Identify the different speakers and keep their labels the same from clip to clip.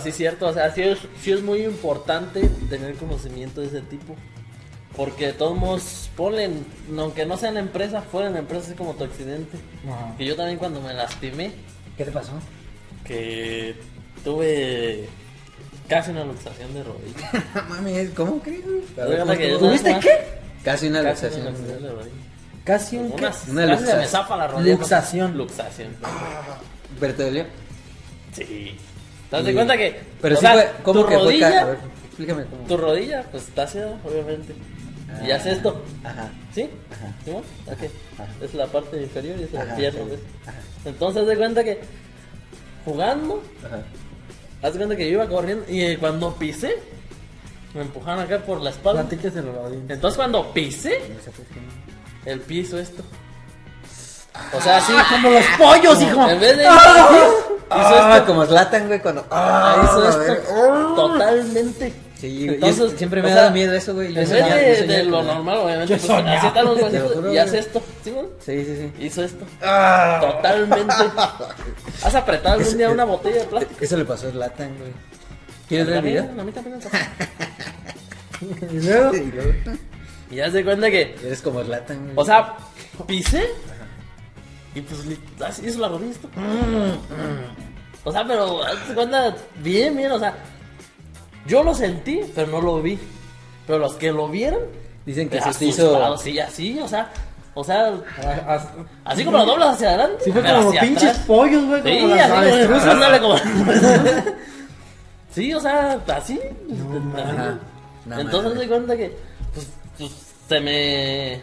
Speaker 1: sí es cierto, o sea, sí es, sí es muy importante tener conocimiento de ese tipo. Porque de todos modos, ponen, aunque no sean empresas, fueron empresas como tu accidente.
Speaker 2: Ajá.
Speaker 1: Que yo también cuando me lastimé,
Speaker 2: ¿Qué te pasó?
Speaker 1: que tuve casi una luxación de rodilla.
Speaker 3: Mames, ¿cómo crees?
Speaker 1: Fíjate que yo
Speaker 2: ¿Tuviste
Speaker 1: nada más-
Speaker 2: qué?
Speaker 3: Casi una
Speaker 1: Casi una
Speaker 3: luxación.
Speaker 1: luxación de rodilla.
Speaker 2: Casi un
Speaker 1: Una,
Speaker 2: qué?
Speaker 3: Una
Speaker 1: casi se me
Speaker 3: luxación.
Speaker 1: zafa la rodilla.
Speaker 2: Luxación.
Speaker 1: Luxación.
Speaker 3: ¿Pero te dolió?
Speaker 1: Sí. ¿Te das
Speaker 3: Y-
Speaker 1: cuenta que
Speaker 3: Pero
Speaker 1: o
Speaker 3: sí
Speaker 1: sea,
Speaker 3: fue. ¿Cómo
Speaker 1: tu
Speaker 3: que fue? ca-
Speaker 1: rodilla,
Speaker 3: A ver, explícame cómo.
Speaker 1: tu rodilla pues está ácida, obviamente.
Speaker 3: Ah,
Speaker 1: y hace esto.
Speaker 3: Ajá.
Speaker 1: ¿Sí?
Speaker 3: Ajá.
Speaker 1: ¿Simón? Ok.
Speaker 3: Ajá.
Speaker 1: Es la parte inferior y es la
Speaker 3: Ajá,
Speaker 1: pierna,
Speaker 3: sí.
Speaker 1: ¿ves?
Speaker 3: Ajá.
Speaker 1: Entonces, haz de cuenta que jugando,
Speaker 3: Ajá.
Speaker 1: haz de cuenta que yo iba corriendo y eh, cuando pisé, me empujaron acá por la espalda.
Speaker 2: Platíqueselo a la audiencia.
Speaker 1: Entonces, cuando pisé, el piso esto. O sea, así como los pollos,
Speaker 2: hijo.
Speaker 1: En vez de ir así, hizo
Speaker 3: Ah,
Speaker 1: esto.
Speaker 3: como Zlatan, güey, cuando. Ah,
Speaker 1: Ah, hizo
Speaker 3: la
Speaker 1: esto
Speaker 3: verga. Ah.
Speaker 1: totalmente.
Speaker 3: Sí, güey. Entonces, siempre me ha dado miedo eso, güey. Yo
Speaker 1: En vez
Speaker 3: soñaba-
Speaker 1: de,
Speaker 3: yo soñaba
Speaker 1: de lo
Speaker 3: con-
Speaker 1: normal, obviamente.
Speaker 2: Yo
Speaker 1: pues,
Speaker 2: soñaba.
Speaker 1: así están los
Speaker 3: Te lo
Speaker 1: huesitos,
Speaker 3: juro,
Speaker 1: y hace
Speaker 3: güey. Ah.
Speaker 1: esto. ¿Sí, güey?
Speaker 3: Sí, sí, sí.
Speaker 1: Hizo esto. Totalmente. ¿Has apretado algún día una botella de plástico?
Speaker 3: Eso le pasó a Zlatan, güey. ¿Quieres ver el video?
Speaker 1: A mí también me pasó.
Speaker 2: ¿Y luego?
Speaker 3: Y luego,
Speaker 1: Y ya se cuenta que,
Speaker 3: Eres como Zlatan, güey.
Speaker 1: o sea, pisé. Y pues li- así hizo la rodilla esto. O sea, pero haz de cuenta bien, bien. O sea, yo lo sentí, pero no lo vi. Pero los que lo vieron, pues,
Speaker 3: Dicen que sí se hizo.
Speaker 1: asustados. Sí, así, o sea, o sea,
Speaker 2: A- Ah, as-
Speaker 1: así como lo doblas hacia adelante.
Speaker 2: Sí, fue
Speaker 1: pero
Speaker 2: como
Speaker 1: hacia
Speaker 2: pinches
Speaker 1: atrás.
Speaker 2: pollos, güey.
Speaker 1: Sí,
Speaker 2: Como las
Speaker 1: así como-
Speaker 2: avestruces.
Speaker 1: ándale, como- Sí, o sea, así. así.
Speaker 3: Ajá. No,
Speaker 1: Entonces
Speaker 3: mames.
Speaker 1: me cuenta que pues, pues, se me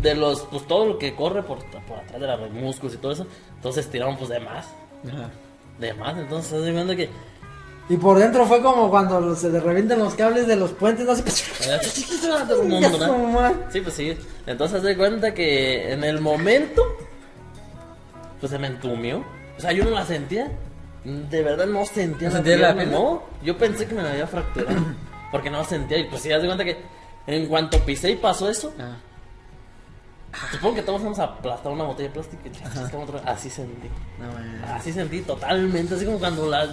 Speaker 1: de los pues todo lo que corre por, por atrás de la- los músculos y todo eso, entonces tiraron pues de más,
Speaker 3: Ajá.
Speaker 1: de más, entonces me cuenta que
Speaker 2: Y por dentro fue como cuando los- se le revientan los cables de los puentes, no sé.
Speaker 1: Como un
Speaker 2: Ya
Speaker 1: montón,
Speaker 2: su
Speaker 1: ¿eh?
Speaker 2: madre.
Speaker 1: Sí, pues sí. Entonces de cuenta que en el momento pues se me entumió. O sea, yo no la sentía. De verdad no sentía
Speaker 3: ¿No sentías la pierna?
Speaker 1: No, yo pensé que me la había fracturado. Porque no sentía. Y pues sí, haz de cuenta que en cuanto pisé y pasó eso,
Speaker 3: Ah.
Speaker 1: Supongo que todos hemos aplastado una botella de plástico y chasqueamos otra. Así sentí.
Speaker 3: No, mames.
Speaker 1: Así sentí totalmente. Así como cuando la,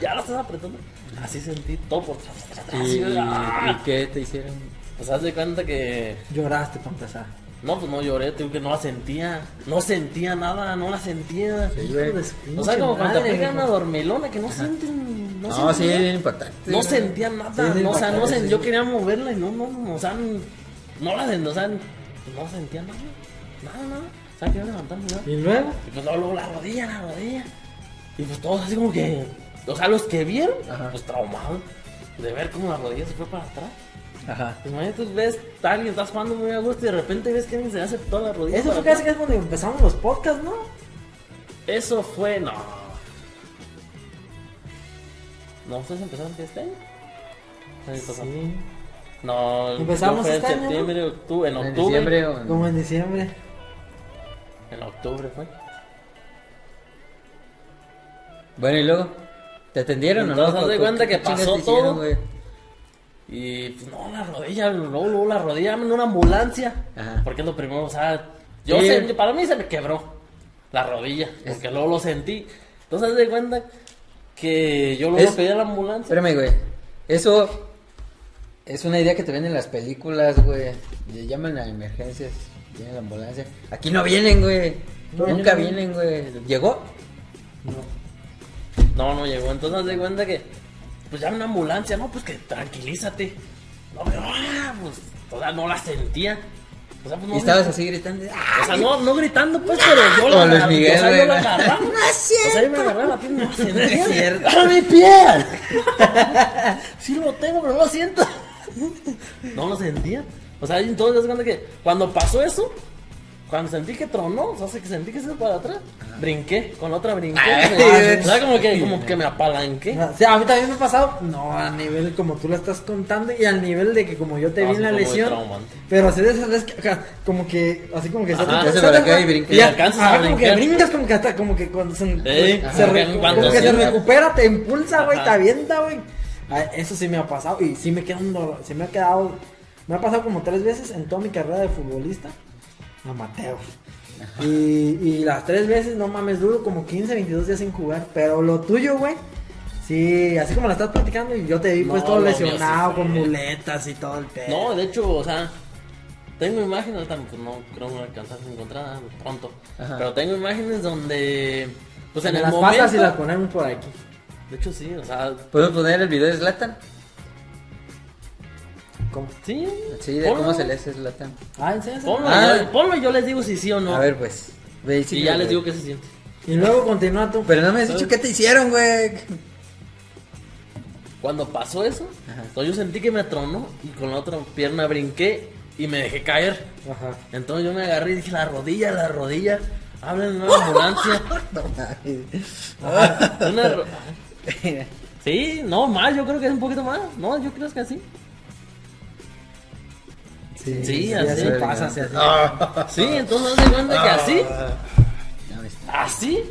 Speaker 1: ya la estás apretando. Así sentí todo por atrás. atrás, atrás,
Speaker 3: ¿Y,
Speaker 1: así, ¡ah!
Speaker 3: y qué te hicieron?
Speaker 1: Pues haz de cuenta que.
Speaker 2: Lloraste para empezar.
Speaker 1: No, pues no lloré, te digo que no la sentía. No sentía nada, no la sentía.
Speaker 3: Sí,
Speaker 2: Hijo
Speaker 3: güey.
Speaker 2: de su
Speaker 1: O sea, como
Speaker 2: pinche
Speaker 1: cuando
Speaker 2: madre,
Speaker 1: pegan
Speaker 2: mijo.
Speaker 1: una dormilona que no sienten. No,
Speaker 3: No,
Speaker 1: sienten
Speaker 3: sí, es
Speaker 1: nada.
Speaker 3: bien impactante.
Speaker 1: No
Speaker 3: güey.
Speaker 1: sentía nada,
Speaker 2: Sí, sí,
Speaker 1: no, o sea, no
Speaker 2: sí,
Speaker 1: sen-
Speaker 2: sí.
Speaker 1: yo quería moverla y no, no, no, o sea, n- no la sentía, o sea, n- no sentía nada, nada, nada, o sea, quería levantarme, nada.
Speaker 2: Y luego,
Speaker 1: Y pues luego, luego la rodilla, la rodilla, y pues todos así como que, o sea, los que vieron,
Speaker 3: Ajá.
Speaker 1: pues traumados de ver cómo la rodilla se fue para atrás.
Speaker 3: Ajá.
Speaker 1: Pues imagínate, tú ves a alguien, estás jugando muy a gusto y de repente ves que alguien se le hace toda la rodilla.
Speaker 2: eso
Speaker 1: para
Speaker 2: fue casi que
Speaker 1: atrás.
Speaker 2: es cuando empezamos los podcasts, ¿no?
Speaker 1: Eso fue, no. No, ustedes empezaron que este año. El año pasado. No,
Speaker 2: Empezamos
Speaker 1: yo fue en
Speaker 2: este año, ¿no?
Speaker 1: septiembre, octubre, en
Speaker 3: En
Speaker 1: octubre.
Speaker 3: diciembre o en-
Speaker 2: Como en diciembre.
Speaker 1: En octubre fue.
Speaker 3: Bueno, y luego. ¿Te atendieron o no?
Speaker 1: Entonces, haz de
Speaker 3: ¿Qué-
Speaker 1: cuenta
Speaker 3: qué
Speaker 1: que
Speaker 3: chingas
Speaker 1: pasó
Speaker 3: te hicieron,
Speaker 1: todo.
Speaker 3: güey?
Speaker 1: Y pues no, la rodilla, luego, luego la rodilla, en una ambulancia.
Speaker 3: Ajá.
Speaker 1: Porque es lo primero, o sea, yo
Speaker 3: Sí.
Speaker 1: sé- para mí se me quebró la rodilla, porque luego lo sentí. Entonces haz de cuenta que yo luego
Speaker 3: Es-
Speaker 1: pedí a la ambulancia.
Speaker 3: Espérame, güey. Eso es una idea que te ven en las películas, güey. Le llaman a emergencias, viene la ambulancia. Aquí no vienen, güey.
Speaker 2: No,
Speaker 3: Nunca
Speaker 2: no.
Speaker 3: vienen, güey. ¿Llegó?
Speaker 1: No, no llegó. Entonces haz de cuenta que, pues ya una ambulancia, no, pues que tranquilízate. No, pero, ah, pues, o sea, no la sentía. O sea, pues, no
Speaker 3: y estabas así gritando. ¡Ah!
Speaker 1: O sea, no, no gritando, pues, pero yo
Speaker 3: Como
Speaker 1: la
Speaker 3: Luis
Speaker 1: agarré,
Speaker 3: Miguel,
Speaker 1: o sea, yo la
Speaker 3: güey.
Speaker 1: agarraba.
Speaker 3: No es
Speaker 1: O sea, yo me agarraba la pierna, no
Speaker 3: No es
Speaker 1: sentía.
Speaker 3: cierto.
Speaker 2: mi pie!
Speaker 1: Sí lo tengo, pero no lo siento. No lo sentía. O sea, y entonces, cuando que cuando pasó eso, cuando sentí que tronó, o sea, que sentí que se fue para atrás, brinqué, con otra brinqué.
Speaker 3: Ay,
Speaker 1: me- o sea, como que, como que me apalanqué.
Speaker 2: O sea, a mí también me ha pasado, no,
Speaker 1: Ah.
Speaker 2: a nivel como tú la estás contando y al nivel de que como yo te
Speaker 1: No,
Speaker 2: vi
Speaker 1: Ah, sí
Speaker 2: en la
Speaker 1: fue muy
Speaker 2: lesión,
Speaker 1: traumante.
Speaker 2: pero así de esas veces que, ajá, como que, así como que
Speaker 1: Ajá,
Speaker 2: saltas-
Speaker 1: te haces
Speaker 2: saltas,
Speaker 3: para acá y
Speaker 2: ¿no?
Speaker 3: brinca.
Speaker 1: Y alcanzas
Speaker 2: ajá,
Speaker 1: a
Speaker 2: como que
Speaker 1: brincar.
Speaker 2: brincas, como que hasta, como que cuando se,
Speaker 1: Ey,
Speaker 2: se
Speaker 1: ajá,
Speaker 2: recu-
Speaker 1: en cuanto
Speaker 2: como que se
Speaker 1: sientas.
Speaker 2: recupera, te impulsa, güey,
Speaker 1: Ajá.
Speaker 2: te avienta, güey. Ay, Eso sí me ha pasado y sí me queda un dolor, sí me ha quedado, me ha pasado como tres veces en toda mi carrera de futbolista amateur. Y, y las tres veces, no mames, duro como 15, 22 días sin jugar. Pero lo tuyo, güey, Sí, así como la estás platicando y yo te vi pues
Speaker 1: No,
Speaker 2: todo
Speaker 1: lo mío sí
Speaker 2: lesionado
Speaker 1: fue.
Speaker 2: con muletas y todo el pedo.
Speaker 1: No, de hecho, o sea, tengo imágenes, ahorita, pues, no creo que me alcanzaste a encontrar ah, pronto,
Speaker 3: Ajá.
Speaker 1: pero tengo imágenes donde, pues en
Speaker 2: Me
Speaker 1: el
Speaker 2: las
Speaker 1: momento,
Speaker 2: pasas y las ponemos por aquí.
Speaker 1: de hecho sí, o sea,
Speaker 3: ¿Puedo poner el video de Slatan?
Speaker 2: ¿Cómo?
Speaker 1: sí,
Speaker 3: Sí, de
Speaker 1: ponlo.
Speaker 3: cómo se le hace Slatan.
Speaker 2: Ah, enséñaselo.
Speaker 1: Ponlo,
Speaker 3: Ah.
Speaker 1: yo- ponlo y yo les digo si sí o no,
Speaker 3: A ver, pues. Ve, sí,
Speaker 1: y ya
Speaker 3: güey.
Speaker 1: les digo qué se siente.
Speaker 2: Y luego continúa tú.
Speaker 3: Pero no me has dicho qué te hicieron, güey.
Speaker 1: Cuando pasó eso,
Speaker 3: Ajá.
Speaker 1: entonces yo sentí que me tronó y con la otra pierna brinqué y me dejé caer.
Speaker 2: Ajá.
Speaker 1: Entonces yo me agarré y dije, la rodilla, la rodilla, hablen una ambulancia.
Speaker 3: No mames.
Speaker 1: Una ro- sí, no, más, yo creo que es un poquito más. No, yo creo que así.
Speaker 2: Sí,
Speaker 1: Sí,
Speaker 2: sí,
Speaker 1: así.
Speaker 2: así, pasa, así, así.
Speaker 1: Sí, entonces haz de cuenta que así,
Speaker 3: No, está.
Speaker 1: así,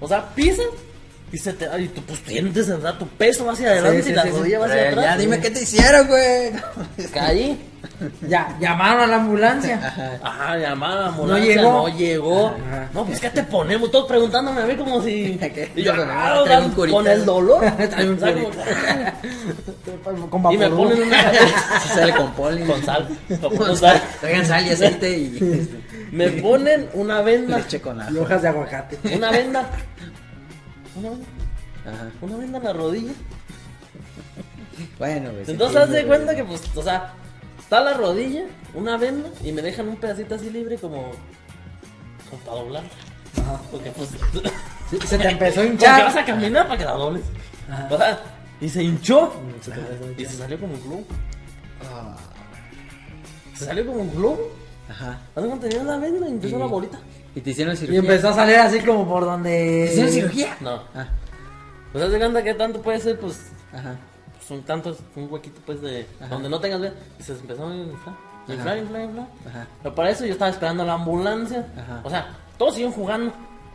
Speaker 1: o sea, pisa y se te y tú pues sientes, o sea, tu peso va hacia adelante
Speaker 2: sí,
Speaker 1: y la
Speaker 2: sí, sí.
Speaker 1: rodilla va hacia
Speaker 3: Eh,
Speaker 1: atrás.
Speaker 3: Ya dime qué te hicieron, güey.
Speaker 1: Caí.
Speaker 2: Ya, llamaron a la ambulancia.
Speaker 3: Ajá.
Speaker 1: Ajá, llamada, a la ambulancia,
Speaker 2: llegó.
Speaker 1: No llegó.
Speaker 2: Ajá.
Speaker 1: No, pues, ¿qué te ponemos? Todos preguntándome a mí como si...
Speaker 3: ¿Qué?
Speaker 1: Y yo,
Speaker 3: Trae un
Speaker 1: ah, o sea,
Speaker 3: curita,
Speaker 1: con el
Speaker 3: ¿no?
Speaker 1: dolor.
Speaker 2: Trae un
Speaker 1: O sea, como-
Speaker 2: Con
Speaker 1: y me
Speaker 2: Vaporub.
Speaker 1: ponen una...
Speaker 3: Se sale con poli.
Speaker 1: con sal.
Speaker 3: Con
Speaker 1: Con
Speaker 3: sal.
Speaker 1: sal.
Speaker 3: Traigan sal y aceite y este,
Speaker 1: Me ponen una venda.
Speaker 3: leche con
Speaker 2: Y
Speaker 3: ajo.
Speaker 2: hojas de aguacate.
Speaker 1: Una venda. Una venda.
Speaker 3: Ajá.
Speaker 1: Una venda en la rodilla.
Speaker 3: Bueno, güey.
Speaker 1: Entonces haz de cuenta que pues, o sea, está la rodilla, una venda, y me dejan un pedacito así libre como. como para doblar.
Speaker 2: Ajá.
Speaker 1: Porque pues.
Speaker 2: Sí, se te empezó a
Speaker 1: porque
Speaker 2: hinchar.
Speaker 1: vas a caminar para que la dobles.
Speaker 2: Ajá.
Speaker 1: O sea, y se hinchó.
Speaker 2: Se te empezó a
Speaker 1: Y se
Speaker 2: hinchar.
Speaker 1: salió como un globo.
Speaker 3: Ah,
Speaker 1: Se salió como un globo.
Speaker 3: Ajá.
Speaker 1: Haz de cuenta, tenía la venda y empezó
Speaker 3: Sí.
Speaker 1: la bolita.
Speaker 3: ¿Y te hicieron
Speaker 2: Y
Speaker 3: cirugía?
Speaker 2: empezó a salir así como por
Speaker 3: ¿Te
Speaker 2: donde.
Speaker 3: hicieron cirugía?
Speaker 1: No.
Speaker 3: Ah,
Speaker 1: Pues haz de cuenta que tanto puede ser, pues,
Speaker 3: ajá.
Speaker 1: pues, un tanto, un huequito pues de
Speaker 3: Ajá.
Speaker 1: donde no tengas venda. Y se empezó a inflar, inflar, inflar, inflar.
Speaker 3: Ajá.
Speaker 1: Pero para eso yo estaba esperando la ambulancia.
Speaker 3: Ajá.
Speaker 1: O sea, todos siguen jugando.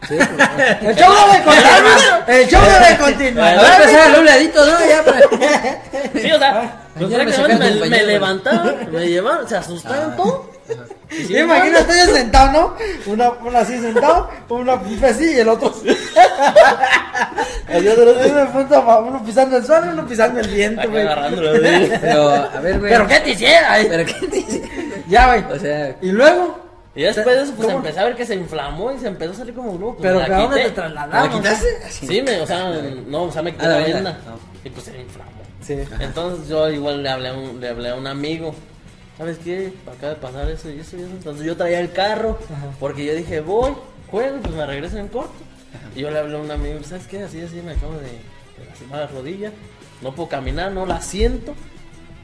Speaker 2: El show debe continuar. El show debe
Speaker 3: A
Speaker 2: continuar.
Speaker 3: ver, empezar a un ladito, ¿no? Ya pues. para...
Speaker 1: Sí, o sea,
Speaker 3: Ay,
Speaker 1: los
Speaker 3: Ah, ya me
Speaker 1: tres
Speaker 3: sacaron
Speaker 1: cabrones
Speaker 3: del
Speaker 1: me,
Speaker 3: bañero.
Speaker 1: me levantaban, me llevaron, se asustaron
Speaker 3: Ah.
Speaker 1: todo. Y
Speaker 2: Sí,
Speaker 1: siguen
Speaker 2: Imagínate yo sentado, ¿no? Una, una así sentado, una así y el otro así.
Speaker 1: jugando. Yo de los-
Speaker 2: Uno punto pa- uno pisando el suelo, uno pisando el viento,
Speaker 1: Acá
Speaker 2: güey.
Speaker 1: agarrándolo, güey.
Speaker 3: Pero, a ver, güey.
Speaker 2: Pero qué te hiciera, eh?
Speaker 3: ¿Pero qué te hicieron?
Speaker 2: Ya, güey.
Speaker 3: O sea,
Speaker 2: Y luego,
Speaker 1: Y después de eso, pues
Speaker 2: ¿Cómo?
Speaker 1: empecé a ver que se inflamó y se empezó a salir como un globo. Pues,
Speaker 2: pero
Speaker 1: me
Speaker 2: ¿a
Speaker 1: la
Speaker 2: dónde
Speaker 1: quité.
Speaker 2: te
Speaker 3: ¿la
Speaker 2: trasladamos?
Speaker 3: quitaste?
Speaker 1: Sí, me, o sea, no, o sea, me quité
Speaker 3: Ah, la
Speaker 1: la
Speaker 3: venda.
Speaker 1: venda.
Speaker 3: No.
Speaker 1: Y pues se inflamó.
Speaker 2: Sí.
Speaker 1: Entonces yo igual le hablé a un, le hablé a un amigo. ¿Sabes qué? Acaba de pasar eso y eso y eso. Entonces yo traía el carro
Speaker 2: Ajá.
Speaker 1: porque yo dije, voy, juego, pues me regreso en corto. Y yo le hablé a un amigo, ¿sabes qué? Así, así me acabo de, de lastimar la rodilla. No puedo caminar, no la siento.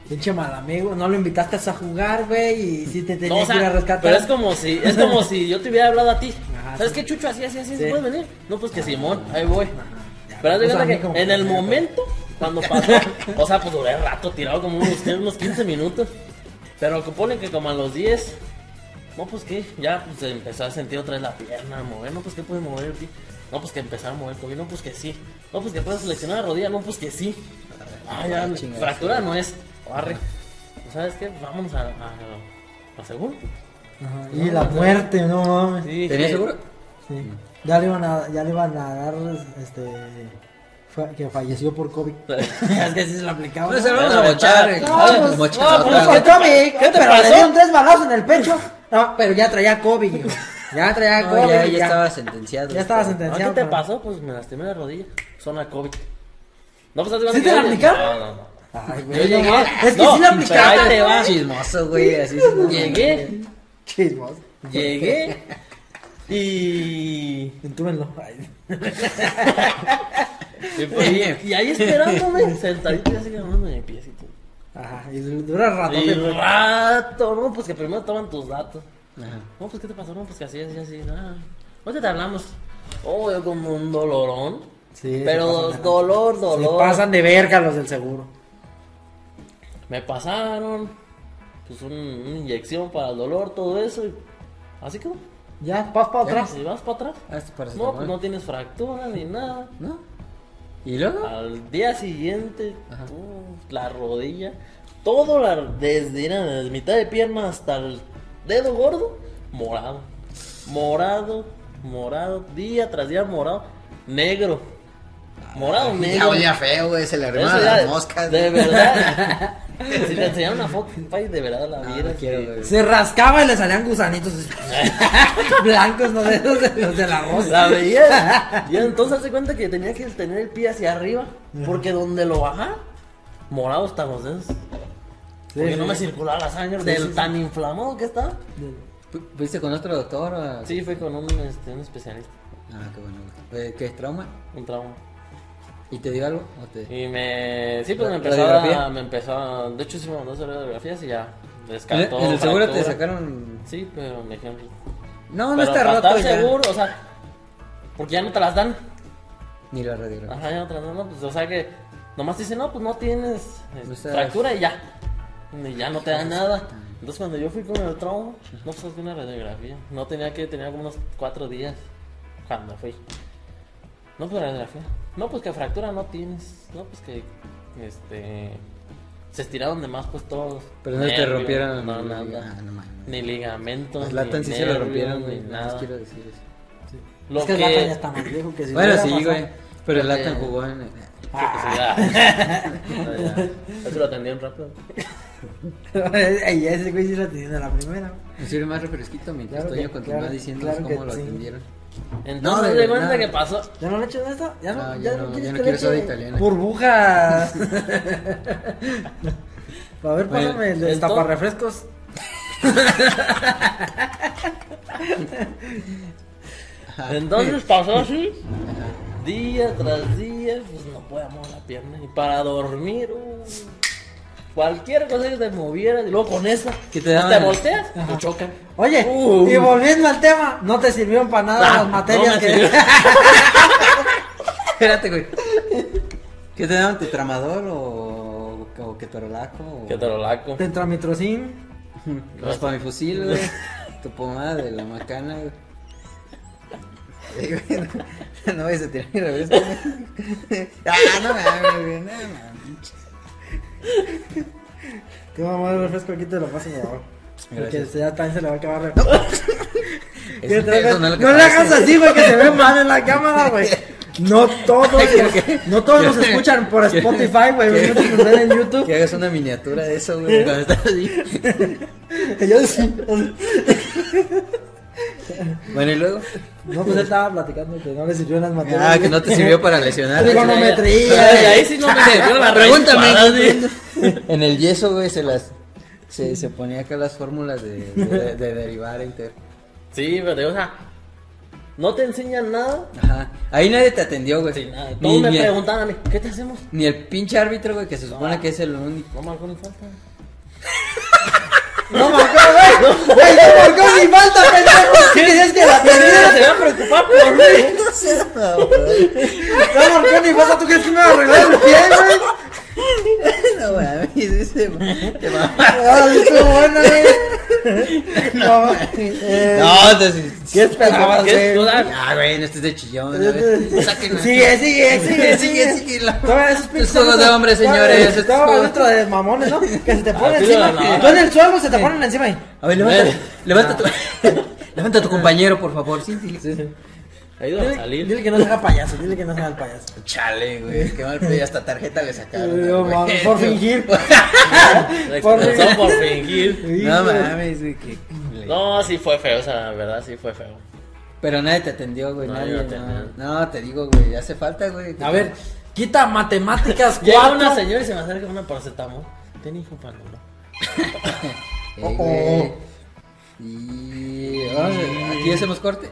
Speaker 2: Pinche mal amigo, no lo invitaste a jugar, güey, y sí te
Speaker 1: No,
Speaker 2: tenías
Speaker 1: o sea,
Speaker 2: que ir a rescatar.
Speaker 1: pero es como si, es como si yo te hubiera hablado a ti.
Speaker 2: Ajá,
Speaker 1: ¿Sabes
Speaker 2: Ah, sí.
Speaker 1: qué, Chucho? Así, así, así,
Speaker 2: Sí. Ah,
Speaker 1: ¿puedes venir? No, pues que Simón, ahí voy.
Speaker 2: Ya,
Speaker 1: Pero haz de
Speaker 2: pues, a
Speaker 1: cuenta
Speaker 2: mí
Speaker 1: que
Speaker 2: como
Speaker 1: en el
Speaker 2: me-
Speaker 1: momento, cuando pasó, o sea, pues duré rato tirado como unos, ¿qué? unos 15 minutos. Pero que ponen que como a los 10, no, pues que ya pues, se empezó a sentir otra vez la pierna, a mover, no, pues que puedes mover, aquí? no, pues que empezar a mover el tobillo, no, pues que sí, no, pues que puedes flexionar la rodilla, no, pues que sí. Ah, ya,
Speaker 3: Ah, chingada,
Speaker 1: fractura no es, barre. ¿Sabes qué? Vamos a, a, a seguro.
Speaker 2: Ajá, Y la muerte, no mames. Sí.
Speaker 1: Sí,
Speaker 3: ¿Tenías
Speaker 1: sí.
Speaker 3: seguro?
Speaker 2: Ya le iban a, ya le iban a dar, este, fa- que falleció por COVID. es que sí se lo aplicaba.
Speaker 3: No se lo
Speaker 2: No,
Speaker 3: vamos
Speaker 1: Bueno,
Speaker 3: a bochar,
Speaker 1: ya.
Speaker 3: güey.
Speaker 2: No,
Speaker 3: Ah,
Speaker 2: pues,
Speaker 3: mocha,
Speaker 1: no,
Speaker 3: otra,
Speaker 1: pues,
Speaker 3: güey.
Speaker 2: por COVID,
Speaker 1: ¿Qué te
Speaker 2: pero le
Speaker 1: pasó?
Speaker 2: dieron tres balazos en el pecho. No, pero ya traía COVID, hijo. Ya traía
Speaker 3: No,
Speaker 2: COVID.
Speaker 3: ya, ya estaba sentenciado.
Speaker 2: ya estaba
Speaker 1: Ah,
Speaker 2: sentenciado.
Speaker 1: ¿Qué te
Speaker 2: pero-
Speaker 1: pasó? Pues me lastimé la rodilla. Zona COVID. No, pues
Speaker 2: ¿Sí te la aplicaron?
Speaker 1: No, no, no.
Speaker 2: Ay,
Speaker 1: Yo
Speaker 2: güey, no
Speaker 1: llegué.
Speaker 2: mames. Es que
Speaker 1: No,
Speaker 2: sí
Speaker 1: pero
Speaker 2: la
Speaker 1: ahí
Speaker 2: aplicaste.
Speaker 1: te va.
Speaker 3: Chismoso, güey. Así se-
Speaker 1: Llegué,
Speaker 2: Chismos.
Speaker 1: llegué. Y.
Speaker 2: Entúbenlo. Ay.
Speaker 1: Y, pues,
Speaker 3: Bien.
Speaker 1: y ahí esperándome, sentadito y así agarrándome de piecito.
Speaker 2: Ajá, y dura rato.
Speaker 1: Y rato, no, pues que primero toman tus datos.
Speaker 3: Ajá.
Speaker 1: No, pues qué te pasó, no, pues que así, así, así. Ah, ahorita te hablamos. Oh, yo como un dolorón.
Speaker 2: Sí, se
Speaker 1: Pero
Speaker 2: pasan de-
Speaker 1: dolor, dolor.
Speaker 2: Se pasan de verga los del seguro.
Speaker 1: Me pasaron pues un- una inyección para el dolor, todo eso y así quedó.
Speaker 2: Ya, pas para atrás.
Speaker 1: Si vas para atrás,
Speaker 3: Ah, esto parece
Speaker 1: no,
Speaker 3: normal.
Speaker 1: pues no tienes fractura ni nada.
Speaker 3: ¿No? ¿Y luego?
Speaker 1: Al día siguiente,
Speaker 3: Ajá.
Speaker 1: uh, la rodilla, todo la, desde, mira, desde mitad de pierna hasta el dedo gordo, morado, morado, morado, día tras día morado, negro. Morado negro.
Speaker 3: Ya Ah, olía feo, güey, se le
Speaker 1: Eso
Speaker 3: arrimaban
Speaker 1: ya
Speaker 3: las
Speaker 1: de-
Speaker 3: moscas. Ah,
Speaker 1: De
Speaker 3: güey.
Speaker 1: verdad. si te enseñaron una foto, pay, de verdad la
Speaker 3: No,
Speaker 1: vieras.
Speaker 3: Ah, no quiero,
Speaker 1: güey.
Speaker 3: güey.
Speaker 2: Se rascaba y le salían gusanitos blancos, no sé, los de, los de la voz.
Speaker 1: La veía. Y entonces se cuenta que tenía que tener el pie hacia arriba. Porque donde lo bajaba, morado estaban los dedos. Porque no me circulaba la sangre del tan inflamado que estaba.
Speaker 3: Fu- ¿Fuiste con otro doctor? o-
Speaker 1: Sí, fue con un, este, un especialista,
Speaker 3: Ah, qué bueno. güey. Eh, ¿Qué es trauma?
Speaker 1: un trauma.
Speaker 3: ¿Y te dio algo? ¿O te...
Speaker 1: Y me. Sí, pues me
Speaker 3: ¿La-
Speaker 1: empezó
Speaker 3: radiografía?
Speaker 1: a. Me empezó a- De hecho, sí me mandó a hacer radiografías y ya. Descartó.
Speaker 3: ¿En el seguro te
Speaker 1: fractura.
Speaker 3: sacaron?
Speaker 1: Sí, pero me dijeron.
Speaker 3: No, no
Speaker 1: pero
Speaker 3: está
Speaker 1: para
Speaker 3: roto
Speaker 1: estar
Speaker 3: ya.
Speaker 1: seguro, o sea. Porque ya no te las dan.
Speaker 3: Ni la radiografía.
Speaker 1: Ajá, ya no te las dan. no, pues, o sea que. Nomás te dicen, no, pues no tienes eh,
Speaker 3: No estás-
Speaker 1: fractura y ya. Y ya no te dan nada. Entonces, cuando yo fui con el trauma, no pues de una radiografía. No tenía que. Tenía como unos cuatro días. Cuando fui. No, pues radiografía. No, pues que fractura no tienes. No, pues que. Este. Se estiraron de más, pues todos.
Speaker 3: Pero no te
Speaker 1: Nervios,
Speaker 3: rompieron.
Speaker 1: No,
Speaker 3: la-
Speaker 1: nada.
Speaker 3: Ah, no mames.
Speaker 1: Ni ligamentos.
Speaker 3: Los latan
Speaker 1: ni
Speaker 3: sí se lo
Speaker 1: nervios,
Speaker 3: rompieron,
Speaker 1: ni
Speaker 3: güey. Nada más
Speaker 1: nada.
Speaker 3: quiero decir eso.
Speaker 1: Lo
Speaker 2: es que,
Speaker 1: que.
Speaker 2: el Latan ya está más viejo que si
Speaker 3: Bueno,
Speaker 2: hubiera
Speaker 3: sí,
Speaker 2: pasado.
Speaker 3: güey. Pero el
Speaker 1: Porque-
Speaker 3: latan jugó en.
Speaker 1: Eso lo atendieron rápido.
Speaker 2: y ese güey sí la tenía de la primera.
Speaker 3: Me sirve más refresquito mientras
Speaker 2: Claro
Speaker 3: estoy yo
Speaker 2: que-
Speaker 3: con tu
Speaker 2: claro-
Speaker 3: mamá diciendo
Speaker 2: claro
Speaker 3: cómo
Speaker 2: que
Speaker 3: lo
Speaker 2: sí.
Speaker 3: atendieron.
Speaker 1: Entonces,
Speaker 3: No,
Speaker 1: de
Speaker 3: de
Speaker 1: cuenta
Speaker 3: verdad.
Speaker 1: que pasó.
Speaker 2: ¿Ya no le echas esto? ¿Ya no,
Speaker 3: No,
Speaker 2: ya
Speaker 3: ya
Speaker 2: no,
Speaker 3: no,
Speaker 2: quieres
Speaker 3: ya
Speaker 2: que
Speaker 3: no
Speaker 2: le
Speaker 3: quiero
Speaker 2: eche
Speaker 3: soda italiana.
Speaker 2: Burbujas. A ver,
Speaker 3: Bueno,
Speaker 2: pásame el
Speaker 1: esto-
Speaker 2: taparrefrescos.
Speaker 3: Ah.
Speaker 1: Entonces pasó así. Día tras día, pues no podía mover la pierna. Y para dormir, uh, cualquier cosa que te moviera, y luego con esa,
Speaker 3: Que te daban
Speaker 1: te
Speaker 3: el-
Speaker 1: volteas,
Speaker 2: Ajá.
Speaker 1: te chocan.
Speaker 2: Oye,
Speaker 1: Uh.
Speaker 2: y volviendo al tema, no te sirvieron para nada
Speaker 1: Ah,
Speaker 2: las materias
Speaker 1: no me
Speaker 2: que.
Speaker 1: sirvió.
Speaker 3: Espérate, güey. ¿Qué te daban? ¿Tetramador o, o ketorolaco? O...
Speaker 1: Que te lo laco.
Speaker 2: Tetramitrocin.
Speaker 3: Raspa mi fusil, güey. tu pomada de la macana, güey. Sí, güey, no, no vayas a tirar mi revés. güey. ah, no mames, güey. No mames.
Speaker 2: Te voy a mover el refresco aquí, te lo paso, por favor.
Speaker 3: Pues
Speaker 2: Porque
Speaker 3: Gracias.
Speaker 2: se- ya también se le va a acabar. Que
Speaker 3: Eso,
Speaker 2: te-
Speaker 3: eso no es lo que
Speaker 2: no le
Speaker 3: parece.
Speaker 2: hagas así, güey, que se ve mal en la cámara, güey. No todos, no todos nos escuchan por Spotify, güey. Muchos nos ven en YouTube.
Speaker 3: Que hagas una miniatura de eso, güey. Cuando estás así.
Speaker 2: Yo sí.
Speaker 3: Bueno, y luego.
Speaker 2: No, pues él estaba platicando que no le sirvió las materias.
Speaker 3: Ah, que no te sirvió para lesionar.
Speaker 2: Digo, no me- Trigonometría.
Speaker 1: Ay, ahí sí no me sirvió la
Speaker 3: Pregúntame.
Speaker 1: raíz cuadrada, sí.
Speaker 3: En el yeso, güey, se las. Se, se ponía acá las fórmulas de, de, de derivar inter.
Speaker 1: Sí, pero, o sea, no te enseñan nada.
Speaker 3: Ajá. Ahí nadie te atendió, güey.
Speaker 1: Sí, nada.
Speaker 3: Ni-
Speaker 1: Todos me
Speaker 3: ni el-
Speaker 1: preguntaban a mí, ¿qué te hacemos?
Speaker 3: Ni el pinche árbitro, güey, que se supone que es el único.
Speaker 1: No marcó ni falta.
Speaker 2: No marcó, güey. Güey, no marcó ni falta, pendejo. ¿Qué dices que la
Speaker 1: Nadie
Speaker 2: tenía?
Speaker 1: se va a preocupar por mí.
Speaker 2: No marcó ni falta. ¿Tú crees que me va a arreglar el pie, güey?
Speaker 3: No, mames, ese- te va-
Speaker 2: Ah, estuvo bueno, güey. No, eh,
Speaker 3: No, te- si-
Speaker 2: ¿Qué esperabas,
Speaker 1: ¿Qué es?
Speaker 2: güey?
Speaker 3: Ah, güey, no estés de chillón. a ver. Sáquenla.
Speaker 2: Sigue, sigue, sigue,
Speaker 3: Sigue,
Speaker 2: sigue,
Speaker 3: sigue, la-
Speaker 2: Todavía esos pinches
Speaker 3: juegos de hombres, señores, estos
Speaker 2: Estaba
Speaker 3: juegos-
Speaker 2: dentro de mamones, ¿no? Que se te ponen
Speaker 1: Así
Speaker 2: encima.
Speaker 1: lo ganaba.
Speaker 2: Tú en el suelo se te ponen encima ahí.
Speaker 3: A ver, levanta, levanta,
Speaker 2: Ah.
Speaker 3: tu, levanta a tu compañero, por favor. Sí, sí,
Speaker 1: Ahí va a
Speaker 2: Dile,
Speaker 1: salir.
Speaker 2: dile que no se haga payaso, dile que no se haga el payaso.
Speaker 3: Chale, güey, qué mal pedo, hasta tarjeta le sacaron.
Speaker 2: No
Speaker 3: güey.
Speaker 2: mames, por fingir.
Speaker 1: Por,
Speaker 2: Por fingir.
Speaker 1: por fingir.
Speaker 3: No mames, güey, qué culero.
Speaker 1: No, sí fue feo, o sea, la verdad sí fue feo.
Speaker 3: Pero nadie te atendió, güey,
Speaker 1: No,
Speaker 3: nadie.
Speaker 1: yo te
Speaker 3: no.
Speaker 1: atendí.
Speaker 3: no, te digo, güey, hace falta, güey.
Speaker 2: A ver, quita matemáticas
Speaker 1: Llega una
Speaker 2: 4.
Speaker 1: señora y se me acerca una paracetamol. Ten hijo Pandora.
Speaker 3: Eh,
Speaker 2: Oh,
Speaker 3: güey.
Speaker 2: oh.
Speaker 3: Y vamos, a- aquí hacemos corte.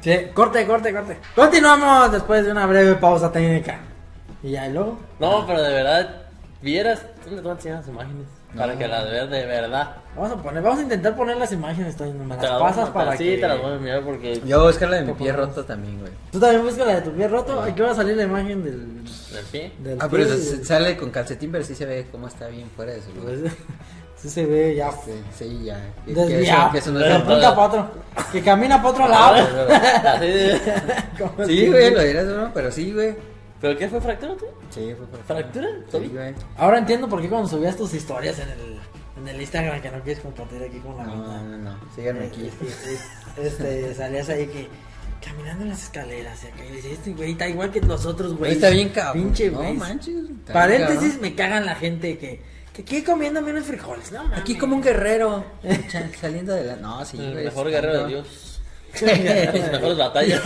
Speaker 2: Sí, corte, corte, corte. Continuamos después de una breve pausa técnica. Y ya, y luego.
Speaker 1: No, pero de verdad, vieras, ¿dónde te van a enseñar las imágenes? Para que las veas de verdad.
Speaker 2: Vamos a poner, vamos a intentar poner las imágenes, Tony, me las
Speaker 1: Te las voy a
Speaker 2: pasas
Speaker 1: mandar,
Speaker 2: para
Speaker 1: sí,
Speaker 2: que...
Speaker 1: te las voy a enviar porque
Speaker 3: Yo voy a buscar la de mi
Speaker 2: Por
Speaker 3: pie
Speaker 2: favor.
Speaker 3: roto también, güey.
Speaker 2: Tú también buscas la de tu pie roto, aquí va a salir la imagen del...
Speaker 1: en fin.
Speaker 2: del
Speaker 3: Ah, pero
Speaker 2: pie
Speaker 3: se-
Speaker 2: y
Speaker 3: se- sale con calcetín, pero sí se ve cómo está bien fuera de su lugar.
Speaker 2: Pues, sí se ve ya
Speaker 3: Sí, sí, ya. Que- que
Speaker 2: desviado.
Speaker 3: eso- que eso no
Speaker 2: de
Speaker 3: es
Speaker 1: Pero-
Speaker 3: normal.
Speaker 2: punta para otro. Que camina para
Speaker 1: Ah,
Speaker 2: otro lado.
Speaker 1: Así de-
Speaker 2: Como
Speaker 3: Sí,
Speaker 2: si-
Speaker 3: güey, lo dirás, ¿no? Pero sí, güey.
Speaker 1: ¿Pero qué fue fractura tú?
Speaker 3: Sí, fue por
Speaker 1: ¿Fractura?
Speaker 3: Sí, güey.
Speaker 2: Ahora entiendo por qué cuando subías tus historias en el, en el Instagram que no
Speaker 3: Ah,
Speaker 2: quieres compartir aquí con la
Speaker 3: No,
Speaker 2: banda.
Speaker 3: no, no. Síganme aquí.
Speaker 2: Este, este, salías ahí que caminando en las escaleras. Y acá y dice, este güey está igual que los otros, güey.
Speaker 3: Güey, está bien cabrón.
Speaker 2: Pinche güey.
Speaker 3: No manches. está bien
Speaker 2: Paréntesis,
Speaker 3: cabrón.
Speaker 2: me cagan la gente que, que aquí comiendo menos frijoles. No, mames.
Speaker 3: Aquí como un guerrero. cha- Saliendo de la. No, sí,
Speaker 1: El
Speaker 3: güey,
Speaker 1: mejor
Speaker 3: está
Speaker 1: guerrero de
Speaker 3: cabrón.
Speaker 1: Dios. Las mejores batallas.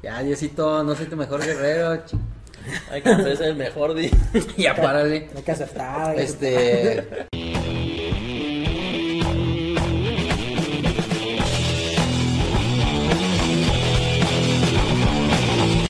Speaker 3: Ya, Diosito, no soy tu mejor guerrero. chi-
Speaker 1: Hay que hacerse el mejor día.
Speaker 3: Ya, párale.
Speaker 2: Hay que aceptar. hay que
Speaker 3: Este.